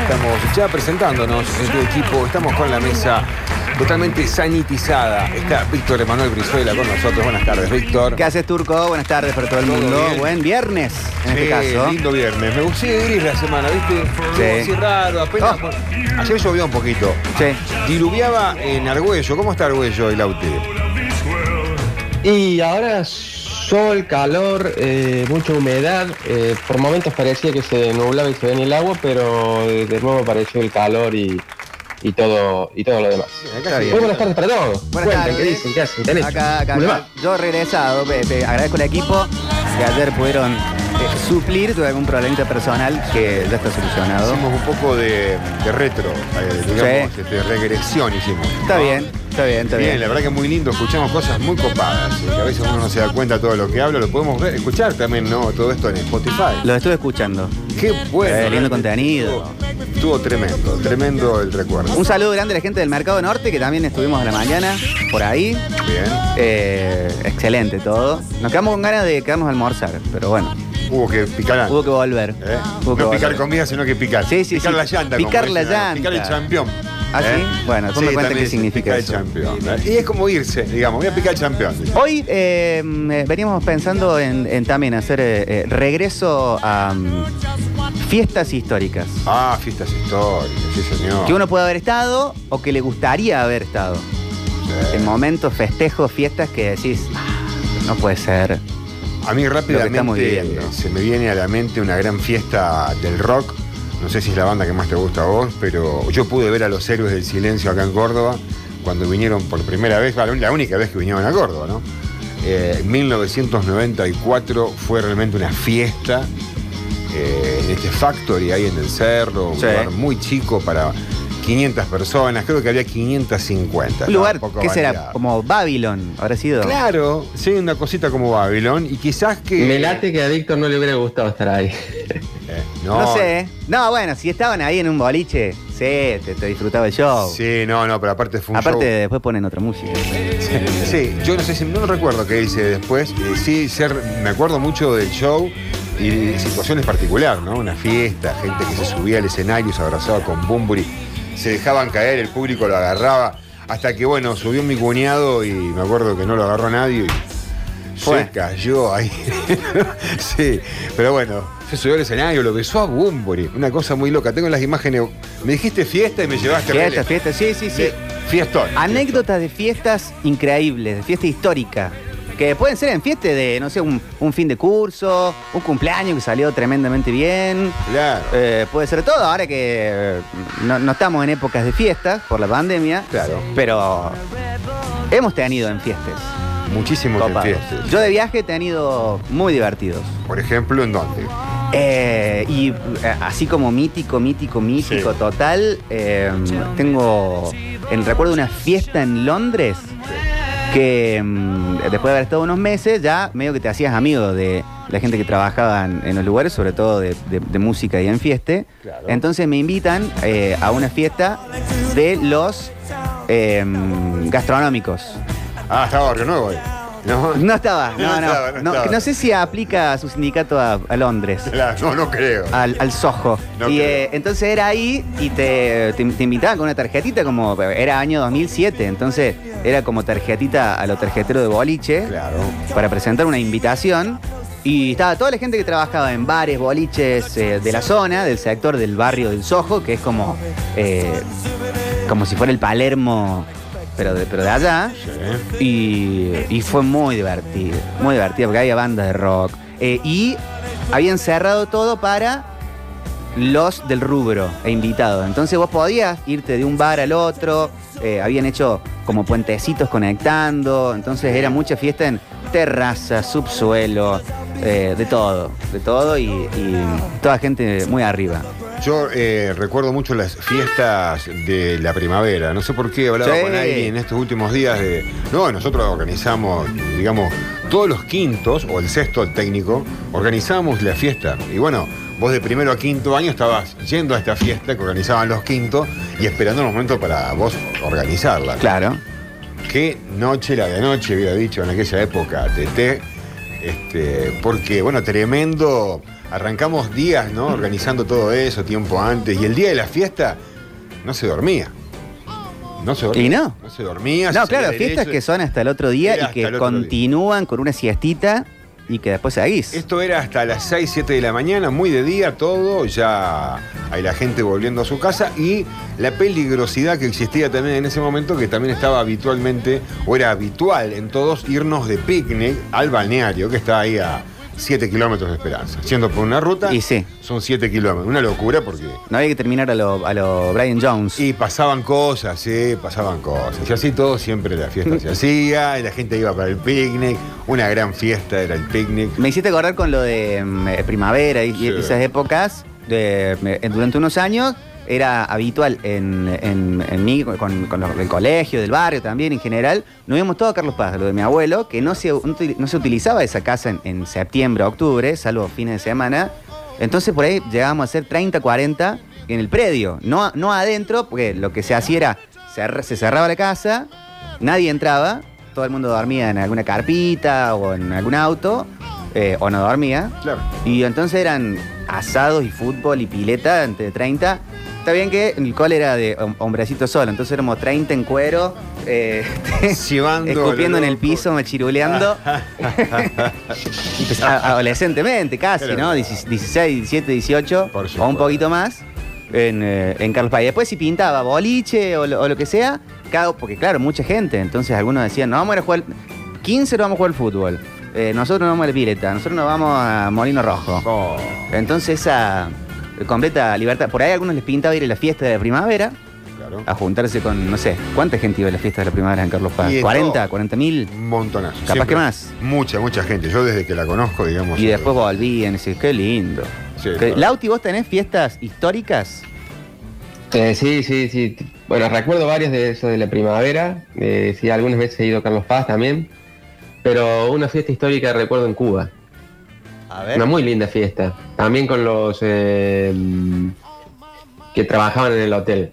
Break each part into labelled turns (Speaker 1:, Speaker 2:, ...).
Speaker 1: estamos ya presentándonos en tu equipo. Estamos con la mesa totalmente sanitizada. Está Víctor Emanuel Brizuela con nosotros. Buenas tardes, Víctor.
Speaker 2: ¿Qué haces, Turco? Buenas tardes para todo el
Speaker 1: Todo
Speaker 2: mundo.
Speaker 1: bien.
Speaker 2: Buen viernes, en este
Speaker 1: Eh,
Speaker 2: caso.
Speaker 1: Lindo viernes. Me gustó gris la semana, ¿viste? Estuvo así raro,
Speaker 2: Oh.
Speaker 1: apenas. Ayer llovió un poquito.
Speaker 2: Sí.
Speaker 1: Diluviaba en Argüello. ¿Cómo está Argüello el aute?
Speaker 3: Y ahora sol, calor, eh, mucha humedad. eh, por momentos parecía que se nublaba y se venía el agua, pero eh, de nuevo apareció el calor y, y todo y todo lo demás.
Speaker 1: Acá
Speaker 3: Muy buenas tardes para todos.
Speaker 2: Buenas
Speaker 3: Cuenten,
Speaker 2: tardes.
Speaker 3: ¿Qué dicen? ¿Qué hacen? ¿Tenés?
Speaker 2: Acá, acá,
Speaker 3: ¿Cómo le
Speaker 2: acá.
Speaker 3: va?
Speaker 2: Yo regresado, pe- pe- agradezco al equipo que ayer pudieron eh, suplir. Tuve algún problemita personal que ya está solucionado.
Speaker 1: Hicimos un poco de, de retro, eh, digamos, este, regresión hicimos.
Speaker 2: Está bien, está bien, está
Speaker 1: Bien,
Speaker 2: bien.
Speaker 1: la verdad que es muy lindo, escuchamos cosas muy copadas, eh, que a veces uno no se da cuenta de todo lo que habla, lo podemos ver, escuchar también, ¿no? Todo esto en Spotify.
Speaker 2: Lo estuve escuchando.
Speaker 1: Qué bueno.
Speaker 2: Eh, lindo
Speaker 1: realmente.
Speaker 2: contenido.
Speaker 1: Estuvo, estuvo tremendo, tremendo el recuerdo.
Speaker 2: Un saludo grande a la gente del Mercado Norte que también estuvimos a la mañana por ahí.
Speaker 1: Bien.
Speaker 2: Eh, excelente todo. Nos quedamos con ganas de quedarnos a almorzar, pero bueno,
Speaker 1: Hubo que picar
Speaker 3: Ah.
Speaker 1: antes,
Speaker 2: hubo que volver.
Speaker 1: ¿eh?
Speaker 2: Hubo que
Speaker 1: No picar
Speaker 2: volver.
Speaker 1: comida, sino que picar.
Speaker 2: Sí, sí,
Speaker 1: picar
Speaker 2: sí.
Speaker 1: la llanta. como
Speaker 2: Picar la
Speaker 1: dicen, ¿eh? Picar el
Speaker 2: llanta.
Speaker 1: champión. ¿eh?
Speaker 2: ¿Ah, sí? Bueno, después me cuentan
Speaker 1: también
Speaker 2: qué significa
Speaker 1: picar
Speaker 2: eso.
Speaker 1: el champión. ¿eh? Y es como irse, digamos, voy a picar el champión.
Speaker 2: Hoy eh, eh, veníamos pensando en, en también hacer eh, eh, regreso a mm, fiestas históricas.
Speaker 1: Ah, fiestas históricas, sí señor.
Speaker 2: Que uno puede haber estado o que le gustaría haber estado.
Speaker 1: Sí.
Speaker 2: En momentos, festejos, fiestas que decís, "Ah, no puede ser.
Speaker 1: A mí
Speaker 2: estamos
Speaker 1: rápidamente
Speaker 2: viviendo.
Speaker 1: se me viene a la mente una gran fiesta del rock. No sé si es la banda que más te gusta a vos, pero yo pude ver a los héroes del silencio acá en Córdoba cuando vinieron por primera vez, bueno, la única vez que vinieron a Córdoba, ¿no? Eh, 1994 fue realmente una fiesta eh, en este factory ahí en el cerro, un
Speaker 2: Sí.
Speaker 1: lugar muy chico para 500 personas, creo que había 550.
Speaker 2: Un
Speaker 1: ¿no?
Speaker 2: lugar,
Speaker 1: poco
Speaker 2: que será?
Speaker 1: variado.
Speaker 2: Como Babylon, habrá sido.
Speaker 1: Claro, sí, una cosita como Babilón y quizás que...
Speaker 3: Me late que a Víctor no le hubiera gustado estar ahí.
Speaker 1: Eh,
Speaker 2: No, sé. No, bueno, si estaban ahí en un boliche, sí, te, te disfrutaba el show.
Speaker 1: Sí, no, no, pero aparte fue un
Speaker 2: Oh. Aparte, después ponen otra música.
Speaker 1: show. Sí, yo no sé si no recuerdo qué hice después. Eh, sí, ser, me acuerdo mucho del show y de situaciones particulares, ¿no? Una fiesta, gente que se subía al escenario y se abrazaba con Bumburi. Se dejaban caer, el público lo agarraba. Hasta que, bueno, subió mi cuñado y me acuerdo que no lo agarró nadie. Y
Speaker 2: Fue.
Speaker 1: Se cayó ahí. sí, pero bueno, se subió al escenario, lo besó a Bumburi. Una cosa muy loca. Tengo las imágenes. Me dijiste fiesta y me llevaste
Speaker 2: Fiestas,
Speaker 1: relé.
Speaker 2: fiestas, sí, sí, sí.
Speaker 1: Sí, fiestón.
Speaker 2: Anécdotas de fiestas increíbles, de fiesta histórica. Que pueden ser en fiestas de, no sé, un, un fin de curso, un cumpleaños que salió tremendamente bien.
Speaker 1: Claro.
Speaker 2: Eh, puede ser todo, ahora que eh, no, no estamos en épocas de fiestas por la pandemia.
Speaker 1: Claro.
Speaker 2: Pero hemos tenido en fiestas.
Speaker 1: Muchísimos
Speaker 2: copados.
Speaker 1: fiestas.
Speaker 2: Yo de viaje he tenido muy divertidos.
Speaker 1: Por ejemplo, ¿en dónde?
Speaker 2: Eh, y eh, así como mítico, mítico, mítico,
Speaker 1: Sí.
Speaker 2: total, eh, tengo en recuerdo una fiesta en Londres que mm, después de haber estado unos meses ya medio que te hacías amigo de la gente que trabajaba en, en los lugares, sobre todo de, de- de música y en fiesta.
Speaker 1: Claro.
Speaker 2: Entonces me invitan eh, a una fiesta de los eh, gastronómicos.
Speaker 1: Ah, estaba Barrio Nuevo ahí. No,
Speaker 2: No estaba, no,
Speaker 1: No
Speaker 2: no, no,
Speaker 1: estaba, no estaba.
Speaker 2: no sé si aplica su sindicato a- a Londres
Speaker 1: Claro, no, no creo.
Speaker 2: al, al sojo.
Speaker 1: No
Speaker 2: y
Speaker 1: creo.
Speaker 2: eh, entonces era ahí y te, te, te invitaban con una tarjetita como era año 2007, entonces era como tarjetita a lo tarjetero de boliche
Speaker 1: Claro.
Speaker 2: para presentar una invitación. Y estaba toda la gente que trabajaba en bares, boliches eh, de la zona, del sector del barrio del Sojo, que es como, eh, como si fuera el Palermo, pero de, pero de allá.
Speaker 1: Sí.
Speaker 2: Y, y fue muy divertido, muy divertido, porque había bandas de rock. Eh, y habían cerrado todo para los del rubro e invitados. Entonces vos podías irte de un bar al otro, eh, habían hecho como puentecitos conectando, entonces era mucha fiesta en terraza, subsuelo, eh, de todo, de todo y, y toda gente muy arriba.
Speaker 1: Yo eh, recuerdo mucho las fiestas de la primavera. No sé por qué he hablado
Speaker 2: Sí.
Speaker 1: con alguien en estos últimos días de. No, nosotros organizamos, digamos, todos los quintos o el sexto el técnico, organizamos la fiesta. Y bueno, vos de primero a quinto año estabas yendo a esta fiesta que organizaban los quintos y esperando el momento para vos organizarla.
Speaker 2: Claro.
Speaker 1: Qué noche la de noche, hubiera dicho en aquella época, Tete. Este, porque, bueno, tremendo. Arrancamos días, ¿no? Organizando todo eso, tiempo antes. Y el día de la fiesta no se dormía. No se dormía.
Speaker 2: Y no.
Speaker 1: No se dormía.
Speaker 2: No,
Speaker 1: se
Speaker 2: claro,
Speaker 1: salía
Speaker 2: fiestas
Speaker 1: derecho.
Speaker 2: que son hasta el otro día
Speaker 1: Era
Speaker 2: y
Speaker 1: hasta el
Speaker 2: que
Speaker 1: otro día.
Speaker 2: continúan con una siestita y que después seguís.
Speaker 1: Esto era hasta las 6, 7 de la mañana, muy de día todo, ya hay la gente volviendo a su casa y la peligrosidad que existía también en ese momento, que también estaba habitualmente, o era habitual en todos, irnos de picnic al balneario, que está ahí a 7 kilómetros de Esperanza. Siendo por una ruta,
Speaker 2: Y sí.
Speaker 1: son 7 kilómetros. Una locura porque...
Speaker 2: No había que terminar a lo, a lo Brian Jones.
Speaker 1: Y pasaban cosas, sí, pasaban cosas. Y así todo siempre la fiesta se hacía, y la gente iba para el picnic, una gran fiesta era el picnic.
Speaker 2: Me hiciste acordar con lo de mm, eh, primavera y
Speaker 1: Sí.
Speaker 2: esas épocas. de, eh, durante unos años era habitual en, en- en mí, con, con los del colegio, del barrio también en general. Nos íbamos todos a Carlos Paz, lo de mi abuelo, que no se, no se utilizaba esa casa en, en septiembre, octubre, salvo fines de semana. Entonces por ahí llegábamos a ser 30, 40 en el predio, no, no adentro, porque lo que se hacía era, cer- se cerraba la casa, nadie entraba, todo el mundo dormía en alguna carpita o en algún auto, eh, o no dormía.
Speaker 1: Claro.
Speaker 2: Y entonces eran asados y fútbol y pileta entre 30. Está bien que el cole era de hom- hombrecito solo, entonces éramos 30 en cuero, eh,
Speaker 1: Llevando
Speaker 2: escupiendo en
Speaker 1: lo
Speaker 2: el
Speaker 1: loco.
Speaker 2: piso, machiruleando. Y pues, a- adolescentemente casi,
Speaker 1: Claro.
Speaker 2: ¿no? Dieci- 16, 17, 18,
Speaker 1: Por
Speaker 2: o un
Speaker 1: supuesto.
Speaker 2: poquito más, en, eh, en Carlos Paz. Y después si pintaba boliche o lo, o lo que sea, cada- porque claro, mucha gente, entonces algunos decían, no vamos a ir a jugar, 15 no vamos a jugar al fútbol, eh, nosotros nos vamos a la pileta, nosotros nos vamos a Molino Rojo.
Speaker 1: Oh,
Speaker 2: Entonces esa eh, completa libertad. Por ahí a algunos les pintaba ir a la fiesta de la primavera
Speaker 1: claro.
Speaker 2: a juntarse con, no sé, ¿cuánta gente iba a la fiesta de la primavera en Carlos Paz?
Speaker 1: Y de
Speaker 2: ¿40?
Speaker 1: todo.
Speaker 2: ¿40 mil?
Speaker 1: Un montonazo.
Speaker 2: Capaz que más.
Speaker 1: Mucha, mucha gente. Yo desde que la conozco, digamos.
Speaker 2: Y
Speaker 1: eh,
Speaker 2: después volvían y decís, qué lindo.
Speaker 1: Sí,
Speaker 2: Que-
Speaker 1: claro.
Speaker 2: Lauti, ¿vos tenés fiestas históricas?
Speaker 3: Eh, sí, sí, sí. Bueno, recuerdo varias de esas de la primavera. Eh, sí, algunas veces he ido a Carlos Paz también. Pero una fiesta histórica recuerdo en Cuba.
Speaker 2: A
Speaker 3: Una muy linda fiesta. También con los eh, que trabajaban en el hotel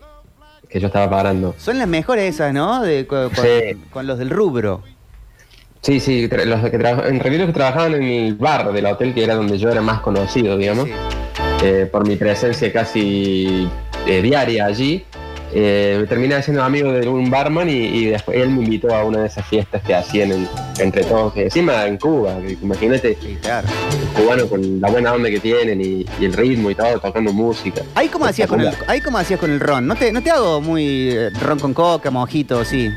Speaker 3: que yo estaba pagando.
Speaker 2: Son las mejores esas, ¿no? De, co- con,
Speaker 3: Sí.
Speaker 2: con los del rubro.
Speaker 3: Sí, sí, tra- los que traba- en realidad los que trabajaban en el bar del hotel, que era donde yo era más conocido, digamos,
Speaker 2: Sí.
Speaker 3: eh, por mi presencia casi eh, diaria allí, eh, me terminé siendo amigo de un barman y, y después él me invitó a una de esas fiestas que hacían en- entre todos, que encima en Cuba, que imagínate,
Speaker 2: Sí, claro.
Speaker 3: los cubanos con la buena onda que tienen y, y el ritmo y todo, tocando música.
Speaker 2: Ahí como hacías con el, ahí cómo hacías con el ron. No te, no te hago muy eh, ron con coca, mojito, sí.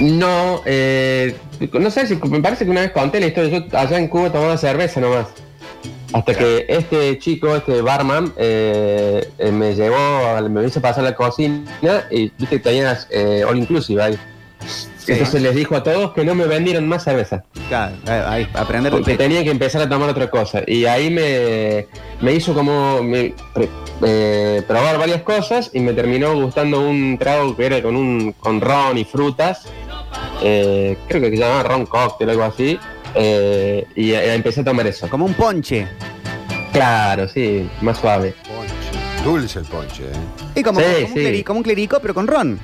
Speaker 3: No, eh, no sé si me parece que una vez conté la historia. Yo allá en Cuba tomaba cerveza nomás. Hasta que este chico, este barman, eh, eh, me llevó, me hizo pasar a la cocina y viste que tenías eh, all inclusive ahí.
Speaker 2: Sí.
Speaker 3: Entonces les dijo a todos que no me vendieron más cerveza,
Speaker 2: Claro, ahí, ahí, aprender del
Speaker 3: porque
Speaker 2: pecho.
Speaker 3: tenía que empezar a tomar otra cosa. Y ahí me, me hizo como me- pre- eh, probar varias cosas y me terminó gustando un trago que era con un con ron y frutas eh, creo que se llamaba Ron Cocktail, algo así, eh, y eh, empecé a tomar eso.
Speaker 2: Como un ponche.
Speaker 3: Claro, sí, más suave.
Speaker 1: Ponche. Dulce el ponche, ¿eh?
Speaker 2: Y como,
Speaker 3: Sí,
Speaker 2: como un
Speaker 3: sí.
Speaker 2: clerico, como un clerico, pero con ron.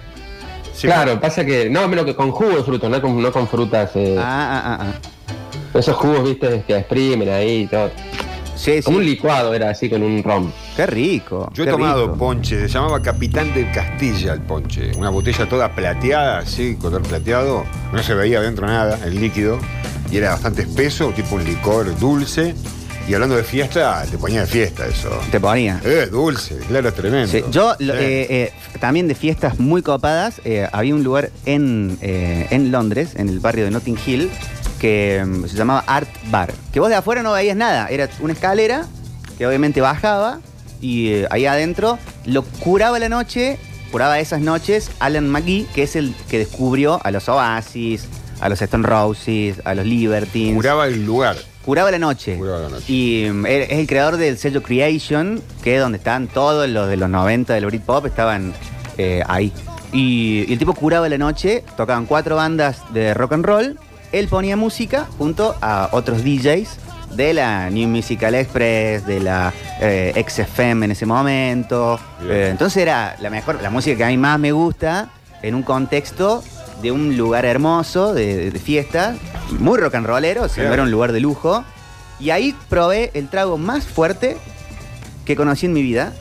Speaker 1: Sí,
Speaker 3: Claro, pasa que, no, menos que con jugo de frutos, no con, no con frutas. eh,
Speaker 2: Ah, ah, ah,
Speaker 3: Esos jugos, viste, que exprimen ahí y todo.
Speaker 2: ah. Sí,
Speaker 3: Como un
Speaker 2: sí.
Speaker 3: licuado era así con un ron.
Speaker 2: Qué rico.
Speaker 1: Yo he
Speaker 2: qué
Speaker 1: tomado
Speaker 2: rico.
Speaker 1: ponche, se llamaba Capitán del Castilla el ponche. Una botella toda plateada, así, color plateado. No se veía adentro nada, el líquido. Y era bastante espeso, tipo un licor dulce. Y hablando de fiesta, te ponía de fiesta eso.
Speaker 2: Te ponía.
Speaker 1: Eh, dulce, claro, es tremendo.
Speaker 2: Sí, yo lo-
Speaker 1: Sí.
Speaker 2: eh, eh, también de fiestas muy copadas, eh, había un lugar en, eh, en Londres, en el barrio de Notting Hill, que mm, se llamaba Art Bar. Que vos de afuera no veías nada, era una escalera que obviamente bajaba y eh, ahí adentro lo curaba la noche, curaba esas noches Alan McGee, que es el que descubrió a los Oasis, a los Stone Roses, a los Libertines.
Speaker 1: Curaba el lugar.
Speaker 2: Curaba la noche.
Speaker 1: Curaba la noche.
Speaker 2: Y mm, er- es el creador del sello Creation, que es donde están todos los de los 90 del Britpop, estaban eh, ahí. Y, y el tipo curaba la noche, tocaban cuatro bandas de rock and roll, él ponía música junto a otros DJs de la New Musical Express, de la eh, XFM en ese momento.
Speaker 1: Bien.
Speaker 2: Eh, entonces era la mejor, la música que a mí más me gusta en un contexto de un lugar hermoso, de, de fiesta, muy rock and rollero, o sea,
Speaker 1: Claro.
Speaker 2: no era un lugar de lujo. Y ahí probé el trago más fuerte que conocí en mi vida,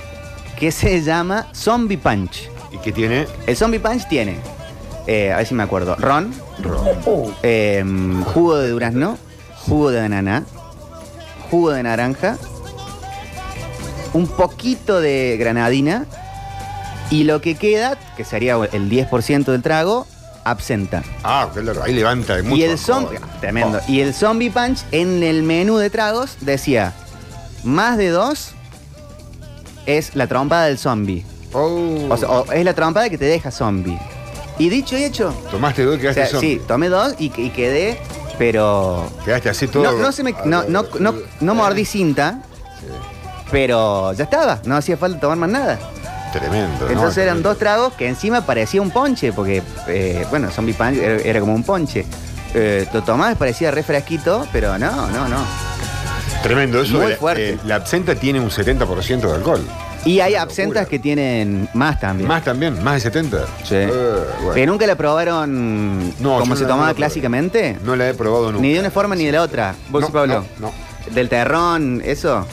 Speaker 2: que se llama Zombie Punch.
Speaker 1: ¿Y qué tiene?
Speaker 2: El Zombie Punch tiene, eh, a ver si me acuerdo, ron,
Speaker 1: Ron.
Speaker 2: eh, jugo de durazno, jugo de banana, jugo de naranja, un poquito de granadina y lo que queda, que sería el 10% del trago, absenta.
Speaker 1: Ah, claro, ahí levanta mucho.
Speaker 2: Y el
Speaker 1: alcohol.
Speaker 2: zombie, tremendo. Y el zombie punch en el menú de tragos decía, más de dos es la trompada del zombie.
Speaker 1: Oh.
Speaker 2: O sea, o es la trompada que te deja zombie. Y dicho y hecho,
Speaker 1: Tomaste dos y
Speaker 2: o
Speaker 1: quedaste
Speaker 2: sea,
Speaker 1: zombie.
Speaker 2: sí, tomé dos y, y quedé, pero
Speaker 1: Quedaste así todo. Ah, eh,
Speaker 2: no, no se me, no, no, no, no mordí cinta, pero ya estaba, no hacía falta tomar más nada.
Speaker 1: Tremendo. ¿no?
Speaker 2: Entonces eran
Speaker 1: Tremendo.
Speaker 2: dos tragos que encima parecía un ponche, porque, eh, bueno, Zombie Punch era, era como un ponche. Eh, lo tomabas, parecía refresquito, pero no, no, no.
Speaker 1: Tremendo, eso.
Speaker 2: Muy
Speaker 1: de la-
Speaker 2: fuerte.
Speaker 1: eh, la absenta tiene un 70% de alcohol.
Speaker 2: Y hay
Speaker 1: Una
Speaker 2: absentas
Speaker 1: locura.
Speaker 2: que tienen más también.
Speaker 1: Más también, más de 70.
Speaker 2: Sí.
Speaker 1: Eh, bueno.
Speaker 2: Que nunca la probaron
Speaker 1: No, yo
Speaker 2: como
Speaker 1: no
Speaker 2: se
Speaker 1: la-
Speaker 2: tomaba
Speaker 1: no la probé.
Speaker 2: clásicamente.
Speaker 1: No la he probado nunca.
Speaker 2: Ni de una forma ni de la otra. Vos
Speaker 1: No,
Speaker 2: sí, Pablo.
Speaker 1: No, no.
Speaker 2: Del terrón, eso.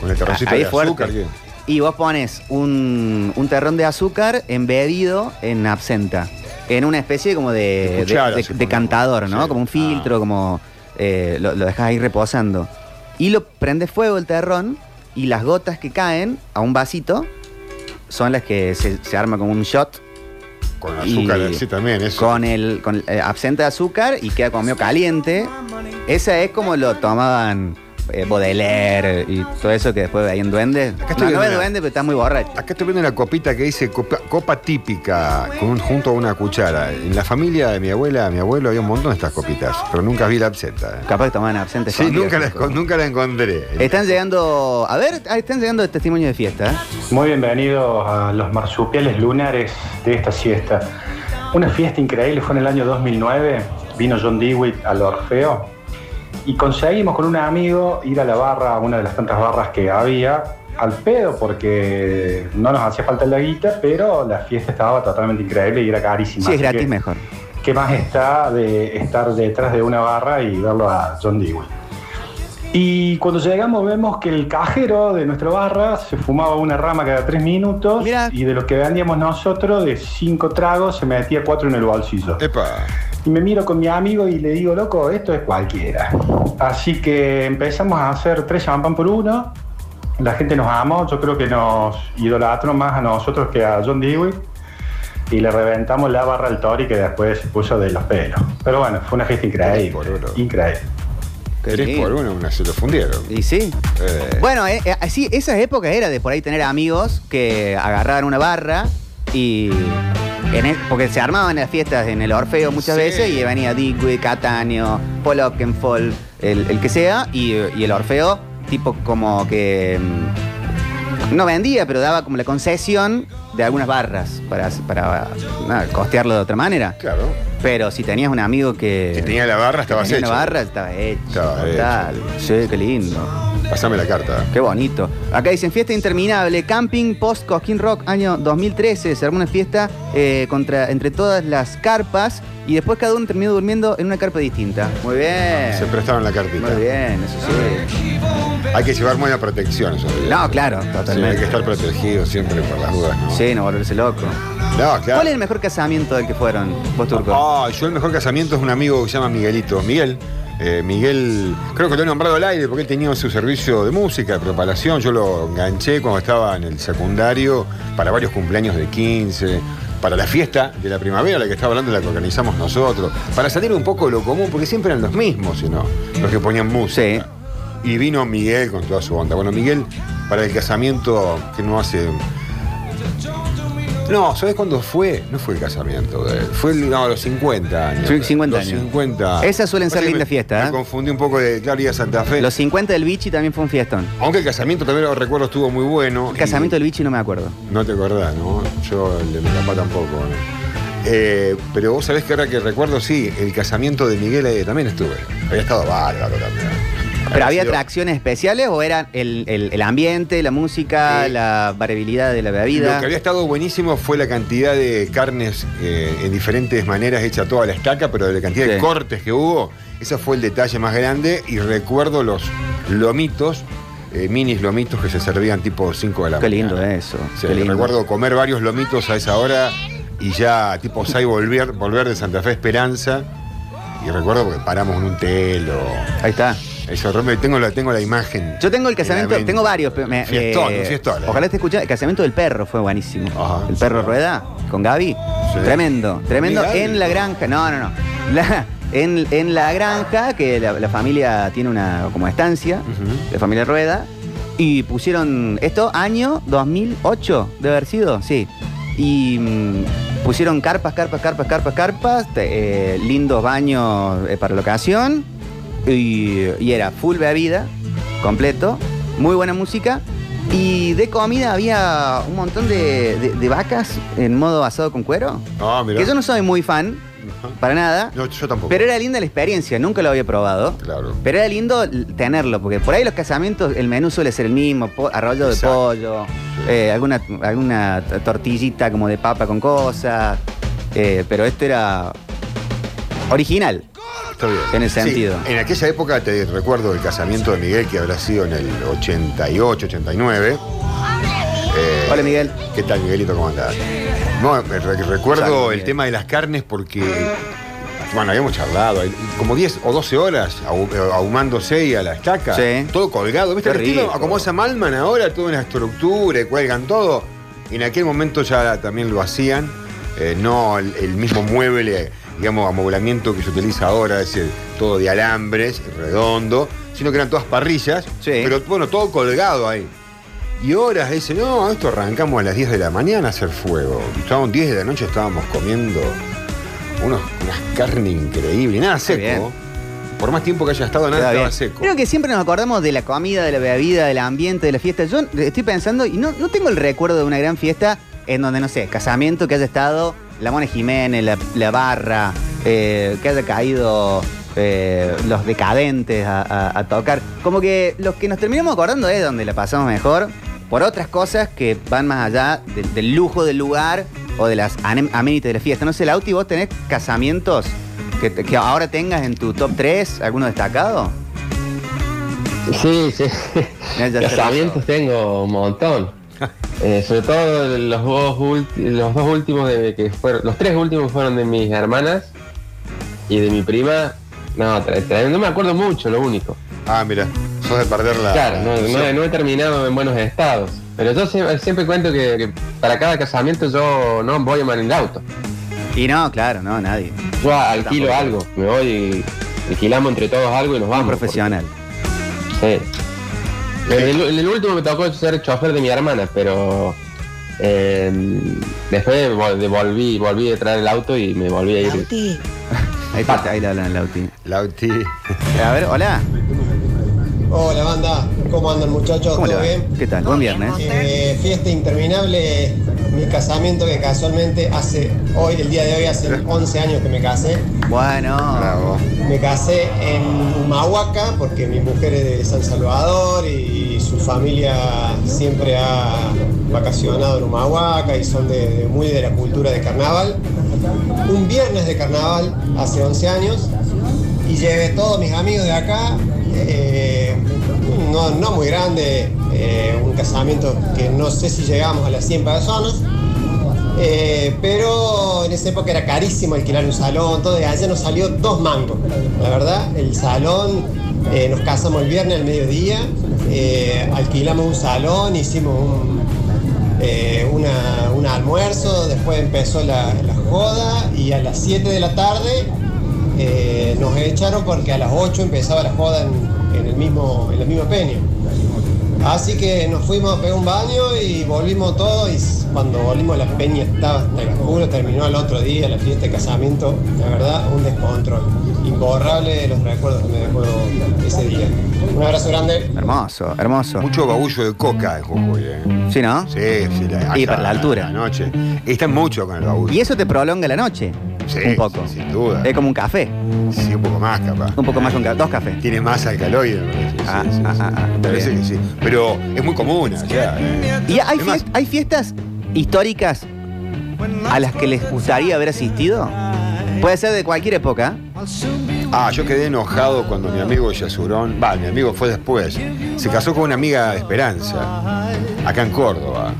Speaker 1: Con el terroncito
Speaker 2: Ah, Ahí
Speaker 1: de
Speaker 2: es fuerte.
Speaker 1: azúcar. ¿qué?
Speaker 2: Y vos pones un, un terrón de azúcar embedido en absenta. En una especie como de,
Speaker 1: De cuchara,
Speaker 2: de- de-
Speaker 1: se
Speaker 2: de
Speaker 1: pone,
Speaker 2: cantador, ¿no?
Speaker 1: sí.
Speaker 2: Como un filtro,
Speaker 1: Ah.
Speaker 2: como eh, lo, lo dejas ahí reposando. Y lo prendes fuego el terrón y las gotas que caen a un vasito son las que se, se arma como un shot
Speaker 1: Con
Speaker 2: Y-
Speaker 1: azúcar, sí, también. Eso.
Speaker 2: con el con eh, absenta de azúcar y queda como medio caliente. Esa es como lo tomaban eh, Baudelaire y todo eso que después veían duende.
Speaker 1: Acá estoy
Speaker 2: No, no
Speaker 1: viendo
Speaker 2: es
Speaker 1: una-
Speaker 2: duende, pero está muy borracho.
Speaker 1: Acá estoy viendo una copita que dice copa, copa típica, con, junto a una cuchara. En la familia de mi abuela, mi abuelo, había un montón de estas copitas, pero nunca vi la absenta. ¿eh?
Speaker 2: Capaz que tomaban absenta.
Speaker 1: Sí,
Speaker 2: escondida,
Speaker 1: nunca la,
Speaker 2: supongo.
Speaker 1: nunca la encontré.
Speaker 2: Están llegando. A ver, ah, están llegando testimonios de fiesta. ¿eh?
Speaker 4: Muy bienvenidos a los marsupiales lunares de esta siesta. Una fiesta increíble fue en el año 2009. Vino John Dewitt al Orfeo y conseguimos con un amigo ir a la barra, a una de las tantas barras que había, al pedo porque no nos hacía falta la guita, pero la fiesta estaba totalmente increíble y era carísima.
Speaker 2: Si es
Speaker 4: Así
Speaker 2: gratis,
Speaker 4: que-
Speaker 2: mejor.
Speaker 4: ¿Qué más está de estar detrás de una barra y verlo a John Dewey? Y cuando llegamos vemos que el cajero de nuestra barra se fumaba una rama cada tres minutos
Speaker 2: Mirá.
Speaker 4: y de lo que vendíamos nosotros, de cinco tragos, se metía cuatro en el bolsillo.
Speaker 1: Epa.
Speaker 4: Y me miro con mi amigo y le digo, loco, esto es cualquiera. Así que empezamos a hacer tres champán por uno. La gente nos amó, yo creo que nos idolatró más a nosotros que a John Dewey. Y le reventamos la barra al Tori que después se puso de los pelos. Pero bueno, fue una fiesta
Speaker 1: Tres por
Speaker 4: increíble.
Speaker 1: uno.
Speaker 4: Increíble.
Speaker 2: Qué
Speaker 1: Tres
Speaker 2: lindo.
Speaker 1: por uno, una se lo fundieron.
Speaker 2: Y sí.
Speaker 1: Eh,
Speaker 2: Bueno, eh, eh, así, esas épocas era de por ahí tener amigos que agarraban una barra y. en el- porque se armaban las fiestas en el Orfeo muchas
Speaker 1: Sí.
Speaker 2: veces y venía Digby, Cataño, Paul Oakenfold, el, el que sea, y, y el Orfeo, tipo como que. mm, No vendía, pero daba como la concesión de algunas barras para, para nada, costearlo de otra manera.
Speaker 1: claro.
Speaker 2: Pero si tenías un amigo que.
Speaker 1: Eh, Si tenía la barra, estabas
Speaker 2: tenía
Speaker 1: hecho.
Speaker 2: una barra, estaba hecho.
Speaker 1: Estaba hecho.
Speaker 2: tal. Sí, qué lindo.
Speaker 1: Pasame la carta.
Speaker 2: Qué bonito. Acá dicen fiesta interminable, camping post Cosquín Rock, año 2013. Se armó una fiesta eh, contra, entre todas las carpas y después cada uno terminó durmiendo en una carpa distinta. Muy
Speaker 1: Se
Speaker 2: bien.
Speaker 1: prestaron la cartita.
Speaker 2: Muy bien, eso sí.
Speaker 1: Hay que llevar buena protección, eso sí.
Speaker 2: No, claro,
Speaker 1: Sí, hay que
Speaker 2: totalmente.
Speaker 1: estar protegido siempre por las dudas, ¿no?
Speaker 2: Sí, no volverse loco.
Speaker 1: No, claro.
Speaker 2: ¿Cuál es el mejor casamiento del que fueron vos, Turco?
Speaker 1: Ah, yo el mejor casamiento es un amigo que se llama Miguelito. Miguel. eh, Miguel, creo que lo he nombrado al aire porque él tenía su servicio de música, de preparación. Yo lo enganché cuando estaba en el secundario para varios cumpleaños de 15, para la fiesta de la primavera, la que estaba hablando, la que organizamos nosotros, para salir un poco de lo común, porque siempre eran los mismos, sino los que ponían música.
Speaker 2: Sí.
Speaker 1: Y vino Miguel con toda su onda. Bueno, Miguel, para el casamiento que no hace no, ¿sabes cuándo fue? No fue el casamiento de él. Fue el- no, a los 50 años.
Speaker 2: Sí, 50
Speaker 1: Los
Speaker 2: años.
Speaker 1: 50.
Speaker 2: Esas suelen ser
Speaker 1: Pasa que
Speaker 2: lindas
Speaker 1: me-
Speaker 2: fiestas,
Speaker 1: Me
Speaker 2: ¿eh?
Speaker 1: confundí un poco de Claro y a Santa Fe.
Speaker 2: Los 50 del Bichi también fue un fiestón.
Speaker 1: Aunque el casamiento también lo recuerdo estuvo muy bueno.
Speaker 2: El
Speaker 1: y-
Speaker 2: casamiento del Bichi no me acuerdo.
Speaker 1: No te acordás, ¿no? Yo el de mi papá tampoco, ¿no? Eh, pero vos sabés que ahora que recuerdo, sí, el casamiento de Miguel eh, también estuve. Había estado bárbaro también.
Speaker 2: ¿Pero había
Speaker 1: sido-
Speaker 2: atracciones especiales o era el, el- el ambiente, la música,
Speaker 1: Sí.
Speaker 2: la variabilidad de la
Speaker 1: Lo
Speaker 2: bebida?
Speaker 1: que había estado buenísimo fue la cantidad de carnes eh, en diferentes maneras hecha toda la estaca, pero de la cantidad de
Speaker 2: Sí.
Speaker 1: cortes que hubo, ese fue el detalle más grande. Y recuerdo los lomitos, eh, minis lomitos que se servían tipo 5 de la
Speaker 2: Qué
Speaker 1: mañana.
Speaker 2: lindo eso.
Speaker 1: Sí,
Speaker 2: qué lindo.
Speaker 1: recuerdo comer varios lomitos a esa hora y ya tipo 6 volver, volver de Santa Fe a Esperanza. Y recuerdo porque paramos en un telo.
Speaker 2: Ahí está.
Speaker 1: Eso, realmente tengo la, tengo la imagen.
Speaker 2: Yo tengo el casamiento,
Speaker 1: Claramente.
Speaker 2: tengo varios. pero me-
Speaker 1: Fiestón,
Speaker 2: eh,
Speaker 1: un fiestón, eh.
Speaker 2: Ojalá te escuches. El casamiento del perro fue buenísimo.
Speaker 1: Ajá,
Speaker 2: el
Speaker 1: sí,
Speaker 2: perro
Speaker 1: claro.
Speaker 2: rueda con Gaby.
Speaker 1: Sí.
Speaker 2: Tremendo, tremendo.
Speaker 1: Gaby,
Speaker 2: en la
Speaker 1: ¿no?
Speaker 2: granja. No, no, no. La- en, en la granja, que la, la familia tiene una como estancia,
Speaker 1: Ujú.
Speaker 2: la familia Rueda, y pusieron esto año 2008, debe haber sido, sí. Y mm, pusieron carpas, carpas, carpas, carpas, carpas, te- eh, lindos baños eh, para la ocasión, y, y era full bebida, completo, muy buena música. Y de comida había un montón de, de- de vacas en modo asado con cuero.
Speaker 1: Ah, mirá.
Speaker 2: Que yo no soy muy fan, para nada.
Speaker 1: No, yo tampoco.
Speaker 2: Pero era linda la experiencia, nunca lo había probado.
Speaker 1: Claro.
Speaker 2: Pero era lindo l- tenerlo, porque por ahí los casamientos, el menú suele ser el mismo, po- arroyo de
Speaker 1: Exacto.
Speaker 2: pollo, eh, alguna, alguna t- tortillita como de papa con cosas. eh, pero esto era original.
Speaker 1: Está bien.
Speaker 2: En ese
Speaker 1: Sí,
Speaker 2: sentido.
Speaker 1: En aquella época te recuerdo el casamiento de Miguel, que habrá sido en el 88, 89. Eh,
Speaker 2: Hola Miguel.
Speaker 1: ¿Qué tal, Miguelito? ¿Cómo andás? No, me re- recuerdo
Speaker 2: Salud,
Speaker 1: el
Speaker 2: Miguel.
Speaker 1: tema de las carnes porque, bueno, habíamos charlado, hay como 10 o 12 horas ahu- eh, ahumándose y a la estaca.
Speaker 2: Sí.
Speaker 1: Todo colgado. ¿Viste
Speaker 2: Qué
Speaker 1: el estilo?
Speaker 2: rico.
Speaker 1: Ah, Como esa Malman ahora, toda una estructura y cuelgan todo. En aquel momento ya también lo hacían. eh, no el, el mismo mueble, digamos, amoblamiento que se utiliza ahora, es decir, todo de alambres, redondo, sino que eran todas parrillas,
Speaker 2: Sí.
Speaker 1: pero bueno, todo colgado ahí. Y horas dice, no, esto arrancamos a las 10 de la mañana a hacer fuego. Estábamos 10 de la noche, estábamos comiendo unos, unas carne increíble, nada
Speaker 2: bien.
Speaker 1: seco. Por más tiempo que haya estado, nada
Speaker 2: Queda
Speaker 1: estaba
Speaker 2: bien.
Speaker 1: seco.
Speaker 2: Creo que siempre nos acordamos de la comida, de la bebida, del ambiente, de la fiesta. Yo estoy pensando, y no, no tengo el recuerdo de una gran fiesta en donde, no sé, casamiento que haya estado la Mona Jiménez, la, la barra, eh, que haya caído eh, los decadentes a, a- a tocar. Como que los que nos terminamos acordando es donde la pasamos mejor, por otras cosas que van más allá de- del lujo del lugar o de las anem- amenities de la fiesta. No sé, Lauti, vos tenés casamientos que, que ahora tengas en tu top 3, alguno destacado.
Speaker 3: Sí, sí.
Speaker 2: Ya, ya se
Speaker 3: Casamientos
Speaker 2: pasó.
Speaker 3: tengo un montón. Eh, sobre todo los dos, ulti- los dos últimos de que fueron, los tres últimos fueron de mis hermanas y de mi prima. No, tre- tre- no me acuerdo mucho, lo único.
Speaker 1: Ah, mira, sos de perder la.
Speaker 3: Claro, no, no-
Speaker 1: Ah, Sí.
Speaker 3: no he terminado en buenos estados. Pero yo sie- siempre cuento que, que para cada casamiento yo no voy en el auto.
Speaker 2: Y no, claro, no, nadie.
Speaker 3: Yo alquilo algo, me voy y alquilamos entre todos algo y nos vamos.
Speaker 2: profesional.
Speaker 3: Sí. En el, en el último me tocó ser chofer de mi hermana, pero eh, después vol- de- volví, volví a traer el auto y me volví a ir.
Speaker 5: Lauti,
Speaker 2: Ahí, está, ahí le hablan al Lauti.
Speaker 1: Lauti.
Speaker 2: A ver, hola.
Speaker 6: Hola banda, ¿cómo andan muchachos?
Speaker 2: ¿Cómo le
Speaker 6: ¿Todo
Speaker 2: va?
Speaker 6: bien?
Speaker 2: ¿Qué tal? Buen viernes.
Speaker 6: Eh, fiesta interminable, mi casamiento que casualmente hace hoy, el día de hoy, hace 11 años que me casé.
Speaker 2: Bueno.
Speaker 1: Bravo.
Speaker 6: Me casé en Humahuaca porque mi mujer es de San Salvador y su familia siempre ha vacacionado en Humahuaca y son de, de- muy de la cultura de carnaval. Un viernes de carnaval hace 11 años y llevé todos mis amigos de acá, eh, no, no muy grande, eh, un casamiento que no sé si llegamos a las 100 personas. Eh, pero en esa época era carísimo alquilar un salón, todo, y allá nos salió dos mangos. La verdad, el salón, eh, nos casamos el viernes al mediodía, eh, alquilamos un salón, hicimos un, eh, una- un almuerzo, después empezó la, la joda y a las 7 de la tarde eh, nos echaron porque a las 8 empezaba la joda en, en el mismo, en la misma peña. Así que nos fuimos a pegar un baño y volvimos todos y s- cuando volvimos la peña estaba hasta el culo, terminó al otro día la fiesta de casamiento, la verdad un descontrol, imborrable los recuerdos que me dejó ese día. Un abrazo grande.
Speaker 2: Hermoso, hermoso.
Speaker 1: Mucho babullo de coca en Jujuy, ¿eh?
Speaker 2: Sí, ¿no?
Speaker 1: Sí, sí. la-
Speaker 2: Y
Speaker 1: hasta
Speaker 2: para la altura.
Speaker 1: noche. Están mucho con el babullo.
Speaker 2: Y eso te prolonga la noche.
Speaker 1: Sí,
Speaker 2: un poco. Eh.
Speaker 1: sí, sin duda.
Speaker 2: Es como un café.
Speaker 1: Sí, un poco más capaz.
Speaker 2: Un poco más que un café. Dos cafés.
Speaker 1: Tiene más alcaloide, me parece. Sí,
Speaker 2: Ah,
Speaker 1: sí, sí,
Speaker 2: ah,
Speaker 1: sí.
Speaker 2: ah, ah,
Speaker 1: Me parece
Speaker 2: bien.
Speaker 1: que sí. Pero es muy común allá. ¿eh?
Speaker 2: ¿Y hay,
Speaker 1: Además-
Speaker 2: fiest- hay fiestas históricas a las que les gustaría haber asistido? Puede ser de cualquier época.
Speaker 1: Ah, yo quedé enojado cuando mi amigo Yasurón, va, mi amigo fue después, se casó con una amiga de Esperanza, acá en Córdoba,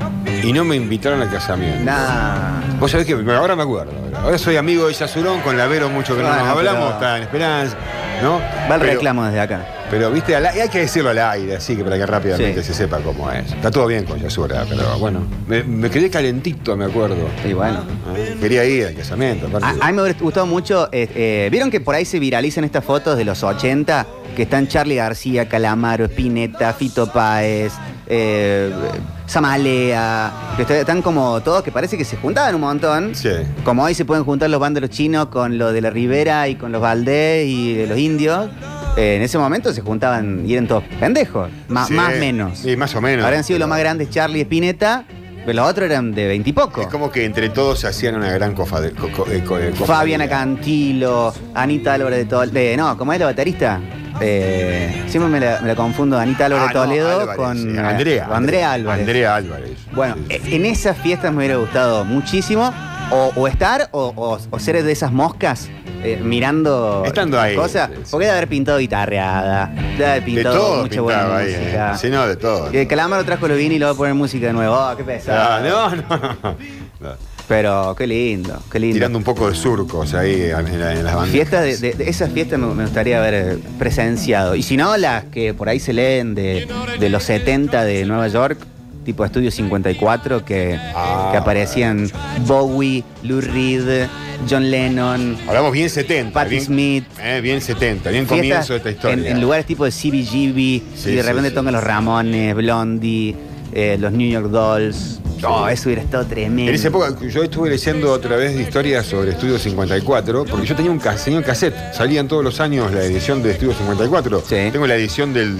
Speaker 1: y no me invitaron al casamiento.
Speaker 2: Nah.
Speaker 1: Vos sabés que me- ahora me acuerdo, ahora soy amigo de Yasurón, con la Vero mucho que no
Speaker 2: Bueno,
Speaker 1: nos hablamos,
Speaker 2: pero-
Speaker 1: está en Esperanza, ¿no?
Speaker 2: Va el
Speaker 1: Pero-
Speaker 2: reclamo desde acá.
Speaker 1: Pero, viste, al- hay que decirlo al aire, así que para que rápidamente
Speaker 2: Sí.
Speaker 1: se sepa cómo es. Está todo bien con Yasura, pero bueno, me, me quedé calentito, me acuerdo.
Speaker 2: Y bueno.
Speaker 1: ¿eh? Quería ir al casamiento, aparte.
Speaker 2: A, a mí me hubiera gustado mucho. eh, eh, ¿Vieron que por ahí se viralizan estas fotos de los 80? Que están Charlie García, Calamaro, Spinetta, Fito Páez, eh, Samalea. que está- están como todos que parece que se juntaban un montón.
Speaker 1: Sí.
Speaker 2: Como hoy se pueden juntar los banderos chinos con los de la Ribera y con los Valdés y los indios. eh, en ese momento se juntaban y eran todos pendejos. Más
Speaker 1: Sí.
Speaker 2: más menos.
Speaker 1: Sí, más o menos.
Speaker 2: Habrían sido los más grandes Charlie y Spinetta, pero los otros eran de veintipoco.
Speaker 1: Es como que entre todos hacían una gran cofade- co- co- eh, co- eh, cofradía.
Speaker 2: Fabiana Cantilo, Anita Álvarez de Toledo. No, ¿cómo es la baterista? Eh, siempre me la, me la confundo Anita
Speaker 1: Ah,
Speaker 2: Álvarez de
Speaker 1: no,
Speaker 2: Toledo
Speaker 1: Álvarez,
Speaker 2: con
Speaker 1: sí,
Speaker 2: eh,
Speaker 1: Andrea.
Speaker 2: con Andrea Álvarez.
Speaker 1: Andrea Álvarez.
Speaker 2: Bueno,
Speaker 1: Sí, sí.
Speaker 2: e- en esas fiestas me hubiera gustado muchísimo o, o estar o, o- o ser de esas moscas eh, mirando
Speaker 1: Estando ahí,
Speaker 2: cosas.
Speaker 1: sí, sí.
Speaker 2: Porque de haber pintado guitarreada, de haber
Speaker 1: de
Speaker 2: pintado
Speaker 1: todo
Speaker 2: mucha buena
Speaker 1: pintaba ahí.
Speaker 2: música.
Speaker 1: eh. Sí, no, de todo.
Speaker 2: Que Calamaro trajo los vinilos y lo va a poner música de nuevo. Ah, qué
Speaker 1: Ah,
Speaker 2: pesado.
Speaker 1: no, no, no.
Speaker 2: Pero qué lindo, qué lindo.
Speaker 1: Tirando un poco de surcos ahí en, la- en las bandas.
Speaker 2: Fiestas de, de- de esas fiestas me, me gustaría haber eh, presenciado. Y si no, las que por ahí se leen de, de los 70 de Nueva York, tipo Estudio 54, que,
Speaker 1: Ah.
Speaker 2: que aparecían Bowie, Lou Reed, John Lennon,
Speaker 1: Hablamos bien 70.
Speaker 2: Patti
Speaker 1: bien,
Speaker 2: Smith.
Speaker 1: eh, bien 70, bien
Speaker 2: fiestas
Speaker 1: comienzo de esta historia.
Speaker 2: en, en lugares tipo de CBGB,
Speaker 1: Sí,
Speaker 2: y
Speaker 1: sí,
Speaker 2: de repente
Speaker 1: sí.
Speaker 2: tocan los Ramones, Blondie, eh, los New York Dolls. No, eso hubiera estado tremendo.
Speaker 1: En esa época yo estuve leyendo otra vez historias sobre Estudio 54, porque yo tenía un, cas- tenía un cassette, salían todos los años la edición de Estudio 54.
Speaker 2: Sí.
Speaker 1: Tengo la edición del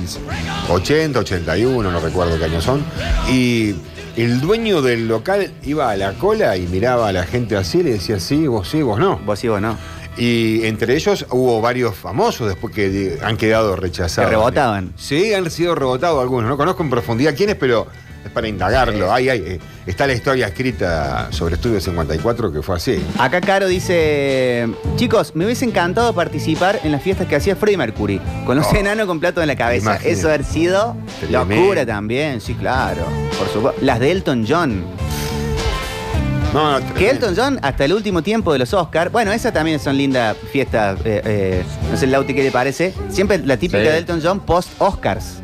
Speaker 1: 80, 81, no recuerdo qué año son. Y el dueño del local iba a la cola y miraba a la gente así, le decía, sí, vos sí, vos no.
Speaker 2: Vos sí, vos no.
Speaker 1: Y entre ellos hubo varios famosos después que di- han quedado rechazados.
Speaker 2: Que rebotaban.
Speaker 1: Sí, han sido rebotados algunos. No conozco en profundidad quiénes, pero es para indagarlo. Ay, ay, eh, está la historia escrita sobre Estudio 54 que fue así.
Speaker 2: Acá Caro dice, chicos, me hubiese encantado participar en las fiestas que hacía Freddie Mercury, con los
Speaker 1: Oh,
Speaker 2: enanos con plato en la cabeza.
Speaker 1: imagínate.
Speaker 2: Eso haber sido
Speaker 1: Tremendo.
Speaker 2: locura también, sí, claro. Por supuesto. Las de Elton John.
Speaker 1: No, no,
Speaker 2: Que
Speaker 1: tremendo.
Speaker 2: Elton John, hasta el último tiempo de los Oscars, bueno, esas también son lindas fiestas, eh, eh, no sé, Lauti, ¿qué te parece? Siempre la típica
Speaker 3: Sí.
Speaker 2: de Elton John post-Oscars.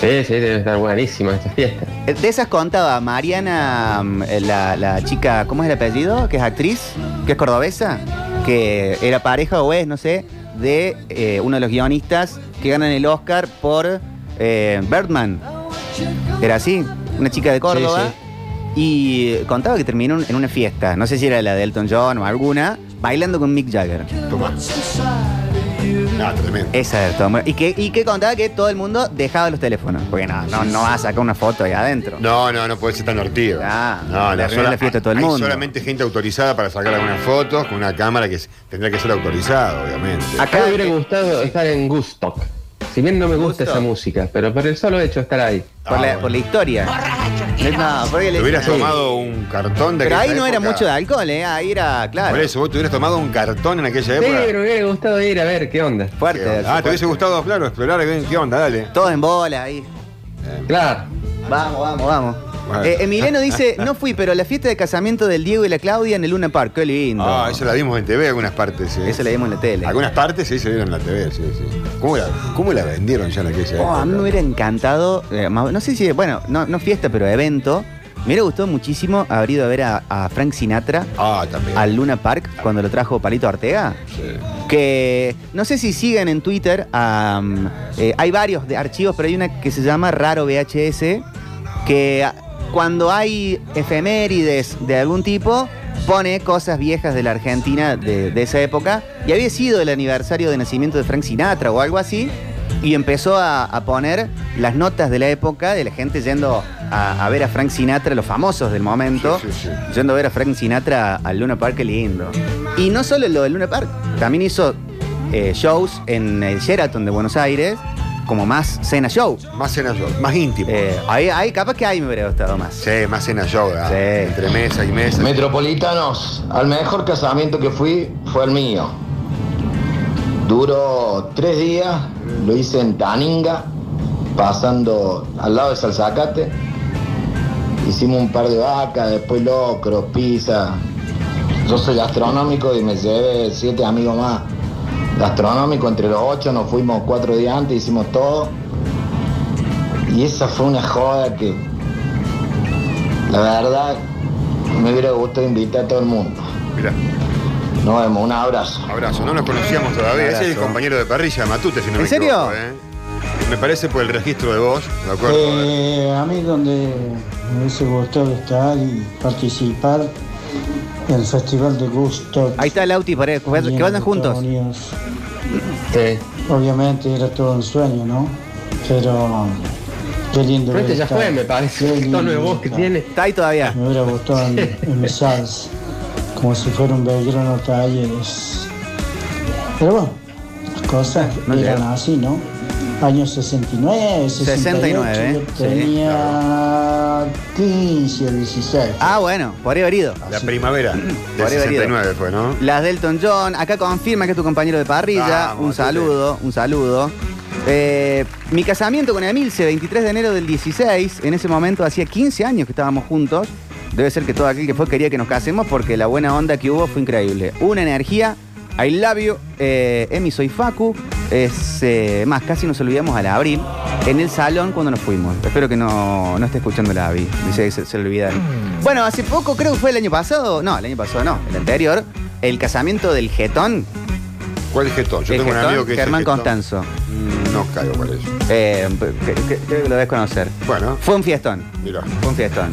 Speaker 3: Sí, sí, debe estar buenísima esta fiesta.
Speaker 2: Eh, De esas contaba Mariana, mm, eh, la, la chica, ¿cómo es el apellido? Que es actriz, que es cordobesa, que era pareja o es, no sé, de eh, uno de los guionistas que ganan el Oscar por eh, Birdman. Era así, una chica de Córdoba.
Speaker 3: sí.
Speaker 2: Y eh, contaba que terminó en una fiesta, no sé si era la de Elton John o alguna, bailando con Mick Jagger.
Speaker 1: Tomá. No, tremendo.
Speaker 2: Esa era todo. Y que, y que contaba que todo el mundo dejaba los teléfonos. Porque no, no, no vas a sacar una foto ahí adentro.
Speaker 1: No, no, no puede ser tan hortido.
Speaker 2: Ah, le arruinó la fiesta a todo el
Speaker 1: hay
Speaker 2: mundo.
Speaker 1: solamente gente autorizada para sacar algunas fotos con una cámara que s- tendrá que ser autorizada, obviamente.
Speaker 3: Acá me
Speaker 2: Acá-
Speaker 3: hubiera gustado estar en Gustock. Si bien no me gusta
Speaker 2: Woodstock.
Speaker 3: esa música, pero por el solo hecho de estar ahí.
Speaker 1: Ah,
Speaker 2: Por, la,
Speaker 1: bueno.
Speaker 2: por la historia. No, porque
Speaker 1: Te
Speaker 2: le
Speaker 1: hubieras
Speaker 2: Sí.
Speaker 1: tomado un cartón de
Speaker 2: Pero ahí
Speaker 1: aquella
Speaker 2: no era
Speaker 1: época.
Speaker 2: mucho de alcohol, ¿eh? Ahí era, claro.
Speaker 1: Por eso, vos te hubieras tomado un cartón en aquella
Speaker 3: Sí,
Speaker 1: época.
Speaker 3: pero me hubiera gustado ir a ver qué onda.
Speaker 2: Fuerte.
Speaker 1: ¿Qué onda? Ah, te hubiese gustado, claro, explorar, bien, qué onda, dale.
Speaker 2: Todos en bola ahí.
Speaker 3: Claro.
Speaker 2: Vamos, vamos, vamos.
Speaker 1: Bueno.
Speaker 2: Eh, Emiliano dice, no fui, pero la fiesta de casamiento del Diego y la Claudia en el Luna Park, qué lindo.
Speaker 1: Ah, eso la vimos en TV algunas partes. sí.
Speaker 2: Eso la vimos en la tele.
Speaker 1: Algunas partes sí se vieron en la TV, sí, sí. ¿Cómo la, cómo la vendieron ya en aquella
Speaker 2: Oh, a mí me
Speaker 1: época?
Speaker 2: hubiera encantado, eh, más- no sé si, bueno, no, no fiesta, pero evento. Me hubiera gustado muchísimo haber ido a ver a, a Frank Sinatra
Speaker 1: Ah, también.
Speaker 2: al Luna Park cuando lo trajo Palito Ortega.
Speaker 1: Sí.
Speaker 2: que no sé si siguen en Twitter, am, eh, hay varios de archivos, pero hay una que se llama Raro VHS, que ah, cuando hay efemérides de algún tipo, pone cosas viejas de la Argentina de, de esa época, y había sido el aniversario de nacimiento de Frank Sinatra o algo así, y empezó a, a poner las notas de la época de la gente yendo a, a ver a Frank Sinatra, los famosos del momento,
Speaker 1: Sí, sí, sí.
Speaker 2: yendo a ver a Frank Sinatra al Luna Park, qué lindo. Y no solo lo del Luna Park, también hizo eh, shows en el Sheraton de Buenos Aires, como más cena show.
Speaker 1: Más cena yo, más íntimo.
Speaker 2: Eh, ahí, ahí, capaz que ahí me hubiera gustado más.
Speaker 1: Sí, más cena yo, ¿verdad?
Speaker 2: Sí.
Speaker 1: entre mesa y mesa.
Speaker 5: Metropolitanos, al mejor casamiento que fui fue el mío. Duró tres días, lo hice en Taninga, pasando al lado de Salzacate. Hicimos un par de vacas, después locro, pizza. Yo soy gastronómico y me llevé siete amigos más. Gastronómico entre los ocho, nos fuimos cuatro días antes, hicimos todo. Y esa fue una joda que la verdad, me hubiera gustado invitar a todo el mundo.
Speaker 1: Mirá,
Speaker 5: Nos vemos, un abrazo.
Speaker 1: abrazo, no nos conocíamos todavía. Ese es el
Speaker 2: Abrazo.
Speaker 1: compañero de parrilla de Matute, si no
Speaker 2: ¿En
Speaker 1: me
Speaker 2: serio?
Speaker 1: equivoco, ¿eh? Me parece por el registro de voz, ¿de acuerdo?
Speaker 7: Eh, a mí donde me hubiese gustado estar y participar el festival de gusto.
Speaker 2: Ahí está Lauti, Paredes, que
Speaker 7: Bien,
Speaker 2: vayan juntos.
Speaker 7: Estados Unidos.
Speaker 3: Sí.
Speaker 7: Obviamente era todo un sueño, ¿no? Pero um, qué lindo.
Speaker 3: Pero este
Speaker 7: haber
Speaker 3: ya
Speaker 7: estado.
Speaker 3: fue, me
Speaker 7: Qué
Speaker 3: parece. el
Speaker 7: lindo
Speaker 3: tono de voz que
Speaker 7: estar.
Speaker 3: tiene.
Speaker 2: Está ahí todavía.
Speaker 7: Me hubiera gustado en, en mis sals, como si fuera un Belgrano Talleres. Pero bueno, las cosas
Speaker 2: No
Speaker 7: eran
Speaker 2: llega.
Speaker 7: así, ¿no? Año 69, 68,
Speaker 2: 69,
Speaker 7: yo
Speaker 2: ¿eh? Sí,
Speaker 7: tenía 15, 16.
Speaker 2: Ah, bueno, por ahí haber ido.
Speaker 1: La primavera
Speaker 2: Por
Speaker 1: del
Speaker 2: ahí haber ido.
Speaker 1: 69 fue, ¿no?
Speaker 2: Las Delton John, acá confirma que es tu compañero de parrilla.
Speaker 1: Vamos,
Speaker 2: un saludo, un saludo. Eh, mi casamiento con Emilce, 23 de enero del 16, en ese momento hacía 15 años que estábamos juntos. Debe ser que todo aquel que fue quería que nos casemos porque la buena onda que hubo fue increíble. Una energía, I love you, eh, Emi, soy Facu. Es, eh, más, casi nos olvidamos a la Abril en el salón cuando nos fuimos. Espero que no, no esté escuchando la Abril. Dice que se, se le olvidaron. Bueno, hace poco, creo que fue el año pasado. No, el año pasado no, el anterior. El casamiento del jetón.
Speaker 1: ¿Cuál es Getón? Yo
Speaker 2: el
Speaker 1: tengo un
Speaker 2: jetón,
Speaker 1: amigo que es. el
Speaker 2: Germán
Speaker 1: Getón.
Speaker 2: Constanzo.
Speaker 1: Mm, No caigo cuál es.
Speaker 2: Eh, que- que- creo que lo debes conocer.
Speaker 1: Bueno,
Speaker 2: Fue un fiestón.
Speaker 1: mirá.
Speaker 2: Fue un fiestón.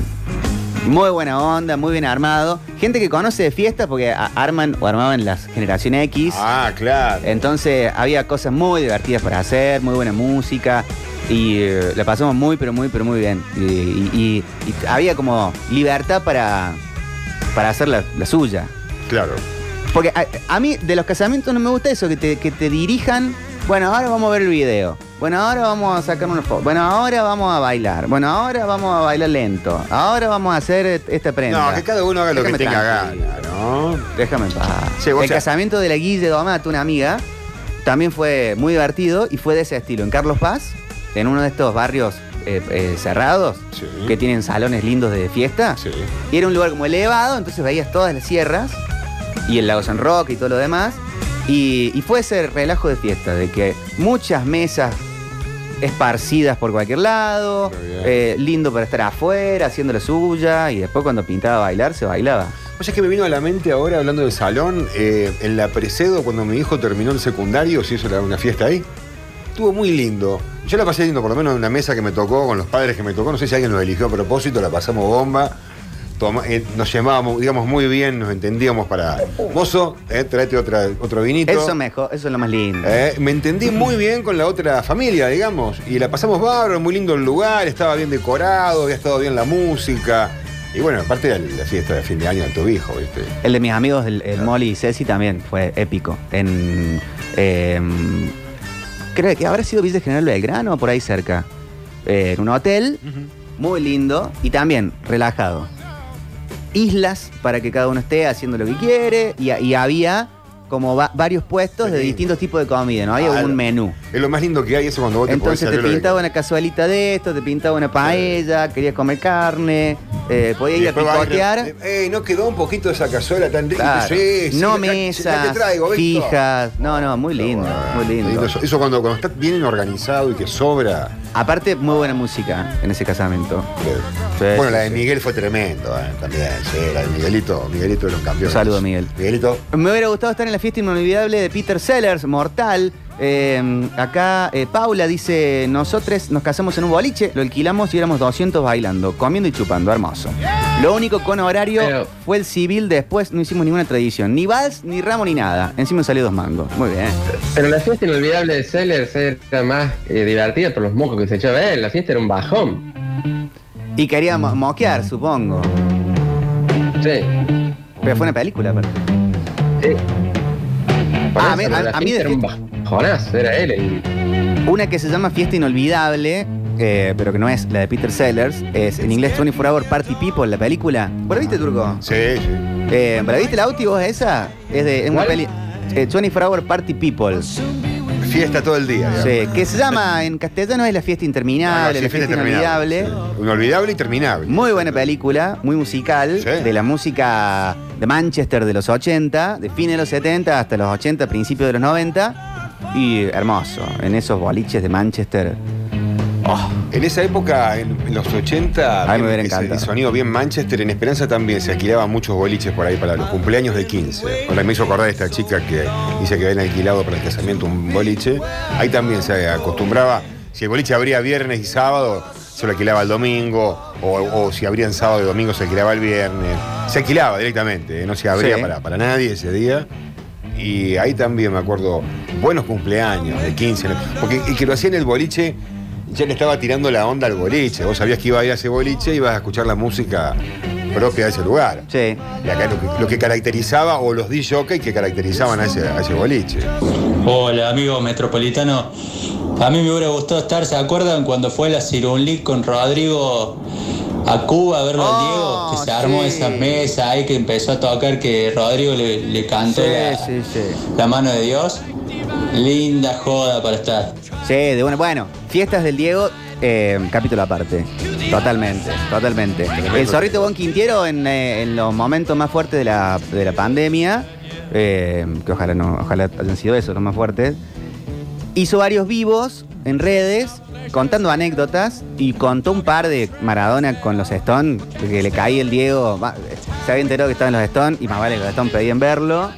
Speaker 2: Muy buena onda, muy bien armado. Gente que conoce de fiesta porque a- arman o armaban las generaciones X.
Speaker 1: Ah, claro.
Speaker 2: Eh, Entonces había cosas muy divertidas para hacer, muy buena música. Y eh, la pasamos muy, pero muy, pero muy bien. Y, y- y- y había como libertad para, para hacer la, la suya.
Speaker 1: Claro.
Speaker 2: Porque a, a mí de los casamientos no me gusta eso, que te, que te dirijan, bueno, ahora vamos a ver el video, bueno, ahora vamos a sacar unos fotos, bueno, ahora vamos a bailar, bueno, ahora vamos a bailar lento, ahora vamos a hacer eh, esta prenda.
Speaker 1: No, que cada uno haga lo que
Speaker 2: Déjame
Speaker 1: tenga
Speaker 2: tranquilo.
Speaker 1: gana, ¿no?
Speaker 2: Déjame en paz.
Speaker 1: Sí, o
Speaker 2: el
Speaker 1: sea-
Speaker 2: casamiento de la Guille Domato, una amiga, también fue muy divertido y fue de ese estilo, en Carlos Paz, en uno de estos barrios eh, eh, cerrados,
Speaker 1: Sí.
Speaker 2: que tienen salones lindos de fiesta.
Speaker 1: Sí.
Speaker 2: Y era un lugar como elevado, entonces veías todas las sierras y el lago San Roque y todo lo demás. Y, y fue ese relajo de fiesta, de que muchas mesas esparcidas por cualquier lado,
Speaker 1: Muy bien.
Speaker 2: eh, lindo para estar afuera, haciendo la suya, y después cuando pintaba bailar, se bailaba.
Speaker 1: O sea, es que me vino a la mente ahora, hablando del salón, eh, en la Precedo, cuando mi hijo terminó el secundario, se hizo la- una fiesta ahí. Estuvo muy lindo. Yo la pasé lindo, por lo menos en una mesa que me tocó, con los padres que me tocó. No sé si alguien nos eligió a propósito, la pasamos bomba. Toma- eh, nos llamábamos, digamos, muy bien, nos entendíamos para... Mozo, eh, tráete otra, otro vinito.
Speaker 2: Eso mejor, eso es lo más lindo.
Speaker 1: Eh, me entendí muy bien con la otra familia, digamos. Y la pasamos bárbaro, muy lindo el lugar, estaba bien decorado, había estado bien la música. Y bueno, aparte era la fiesta de fin de año del Tobijo, ¿viste?
Speaker 2: El de mis amigos, el, el Molly y Ceci, también fue épico. En. eh, creo que habrá sido Villa General Belgrano o por ahí cerca. Eh, en un hotel, muy lindo y también relajado. Islas para que cada uno esté haciendo lo que quiere y, y había como va- varios puestos
Speaker 1: Qué
Speaker 2: de
Speaker 1: lindo.
Speaker 2: distintos tipos de comida, ¿no? Había
Speaker 1: Ah,
Speaker 2: un
Speaker 1: lo-
Speaker 2: menú.
Speaker 1: Es lo más lindo que hay eso cuando vos
Speaker 2: Entonces
Speaker 1: te
Speaker 2: te
Speaker 1: podés salir de-
Speaker 2: pintaba una casualita de esto, te pintaba una paella, querías comer carne, eh, podías
Speaker 1: Y
Speaker 2: ir a
Speaker 1: después vas y-
Speaker 2: picotear.
Speaker 1: Ey, Eh, no quedó un poquito de esa cazuela tan rica.
Speaker 2: Claro.
Speaker 1: Sí, sí,
Speaker 2: no
Speaker 1: la-
Speaker 2: mesas,
Speaker 1: la que traigo, Víctor.
Speaker 2: fijas. No, no, muy lindo,
Speaker 1: Ah,
Speaker 2: muy lindo.
Speaker 1: Eso, eso cuando, cuando está bien organizado y que sobra.
Speaker 2: Aparte, muy buena música en ese casamiento.
Speaker 1: Eh, bueno, la de Miguel fue tremendo eh, también. Sí, la de Miguelito. Miguelito era un campeón.
Speaker 2: Un saludo, Miguel.
Speaker 1: Miguelito.
Speaker 2: Me hubiera gustado estar en la fiesta inolvidable de Peter Sellers, Mortal. Eh, acá eh, Paula dice, nosotros nos casamos en un boliche, lo alquilamos y éramos 200 bailando, comiendo y chupando, hermoso. Lo único con horario
Speaker 3: Pero-
Speaker 2: fue el civil, después no hicimos ninguna tradición, ni vals, ni ramo, ni nada. Encima salió dos mangos. Muy bien.
Speaker 3: Pero la fiesta inolvidable de Sellers era más eh, divertida por los mocos que se echaba él. La fiesta era un bajón.
Speaker 2: Y quería mo- moquear, supongo.
Speaker 3: Sí.
Speaker 2: Pero fue una película, aparte.
Speaker 3: sí.
Speaker 2: Ah, a mí- a- a mí de-
Speaker 3: era un bajonazo, era él. el-
Speaker 2: Una que se llama Fiesta Inolvidable, eh, pero que no es la de Peter Sellers, es en inglés 24 Hour Party People, la película. ¿Vos la viste, Turco?
Speaker 1: Sí, sí.
Speaker 2: Eh, ¿La viste, Lauti, vos esa? Es de es una
Speaker 3: ¿Cuál?
Speaker 2: peli... eh, 24 Hour Party People.
Speaker 1: Fiesta todo el día. digamos.
Speaker 2: Sí, que se llama en castellano es La Fiesta
Speaker 1: Ah,
Speaker 2: Interminable,
Speaker 1: sí,
Speaker 2: La
Speaker 1: fiesta
Speaker 2: Fiesta
Speaker 1: interminable.
Speaker 2: Inolvidable.
Speaker 1: Sí. Inolvidable y terminable.
Speaker 2: Muy buena película, muy musical,
Speaker 1: Sí.
Speaker 2: de la música de Manchester de los 80, de fines de los 70 hasta los 80, principios de los 90. Y hermoso, en esos boliches de Manchester.
Speaker 1: Ah, En esa época, en, en los 80,
Speaker 2: Ay, me hubiera
Speaker 1: ese
Speaker 2: encantado.
Speaker 1: sonido bien Manchester, en Esperanza también se alquilaban muchos boliches por ahí para los cumpleaños de 15. Ahora me hizo acordar esta chica que dice que habían alquilado para el casamiento un boliche. Ahí también se acostumbraba, si el boliche abría viernes y sábado, se lo alquilaba el domingo, o, o si abrían sábado y domingo se alquilaba el viernes. Se alquilaba directamente, eh, no se abría
Speaker 2: Sí.
Speaker 1: para, para nadie ese día. Y ahí también me acuerdo, buenos cumpleaños de 15. Porque el que lo hacía en el boliche, ya le estaba tirando la onda al boliche. Vos sabías que iba a ir a ese boliche y ibas a escuchar la música propia de ese lugar.
Speaker 2: Sí.
Speaker 1: Y acá lo que, lo que caracterizaba, o los DJ que caracterizaban a ese, a ese boliche.
Speaker 8: Hola amigo metropolitano, a mí me hubiera gustado estar, ¿se acuerdan cuando fue la Cirunlic con Rodrigo a Cuba a verlo al
Speaker 2: Oh,
Speaker 8: Diego? Que se armó
Speaker 2: sí.
Speaker 8: esa mesa ahí que empezó a tocar que Rodrigo le, le cantó la,
Speaker 2: sí, sí.
Speaker 8: la mano de Dios. Linda joda para estar.
Speaker 2: Sí, de bueno. Bueno, Fiestas del Diego, eh, capítulo aparte. Totalmente, totalmente. El zorrito Bon Quintiero en, eh, en los momentos más fuertes de la, de la pandemia, eh, que ojalá no, ojalá hayan sido esos los más fuertes, hizo varios vivos en redes contando anécdotas y contó un par de Maradona con los Stone, que le caía el Diego, va, se había enterado que estaban los Stone y más vale que los Stone pedían verlo.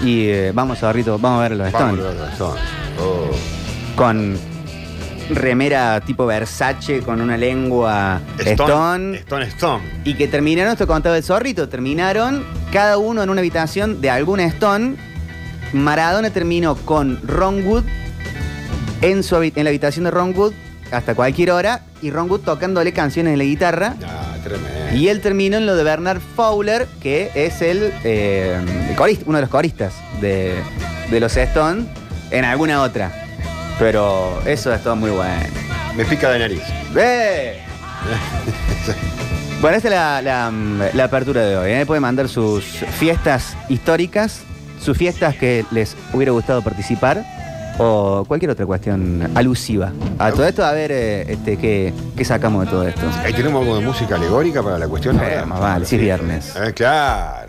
Speaker 2: Y eh, vamos, zorrito, vamos a ver los Stone
Speaker 1: Vámonos, Gastón. Oh.
Speaker 2: con remera tipo Versace, con una lengua Stone.
Speaker 1: Stone, Stone.
Speaker 2: Y que terminaron, esto contaba el zorrito, terminaron cada uno en una habitación de alguna Stone. Maradona terminó con Ron Wood en, su habi- en la habitación de Ron Wood hasta cualquier hora y Ron Wood tocándole canciones en la guitarra.
Speaker 1: Ah, tremendo.
Speaker 2: Y él terminó en lo de Bernard Fowler, que es el, eh, el corista- uno de los coristas de, de los Stones, en alguna otra. Pero eso es todo muy bueno.
Speaker 1: Me pica de nariz.
Speaker 2: ¡Eh! Bueno, esta es la, la, mm, la apertura de hoy. ¿eh? Pueden mandar sus fiestas históricas, sus fiestas que les hubiera gustado participar o cualquier otra cuestión alusiva. A todo esto, a ver eh, este, ¿qué, qué sacamos de todo esto.
Speaker 1: Ahí tenemos algo de música alegórica para la cuestión.
Speaker 2: Eh,
Speaker 1: ahora.
Speaker 2: más vale, si es viernes.
Speaker 1: Eh, claro.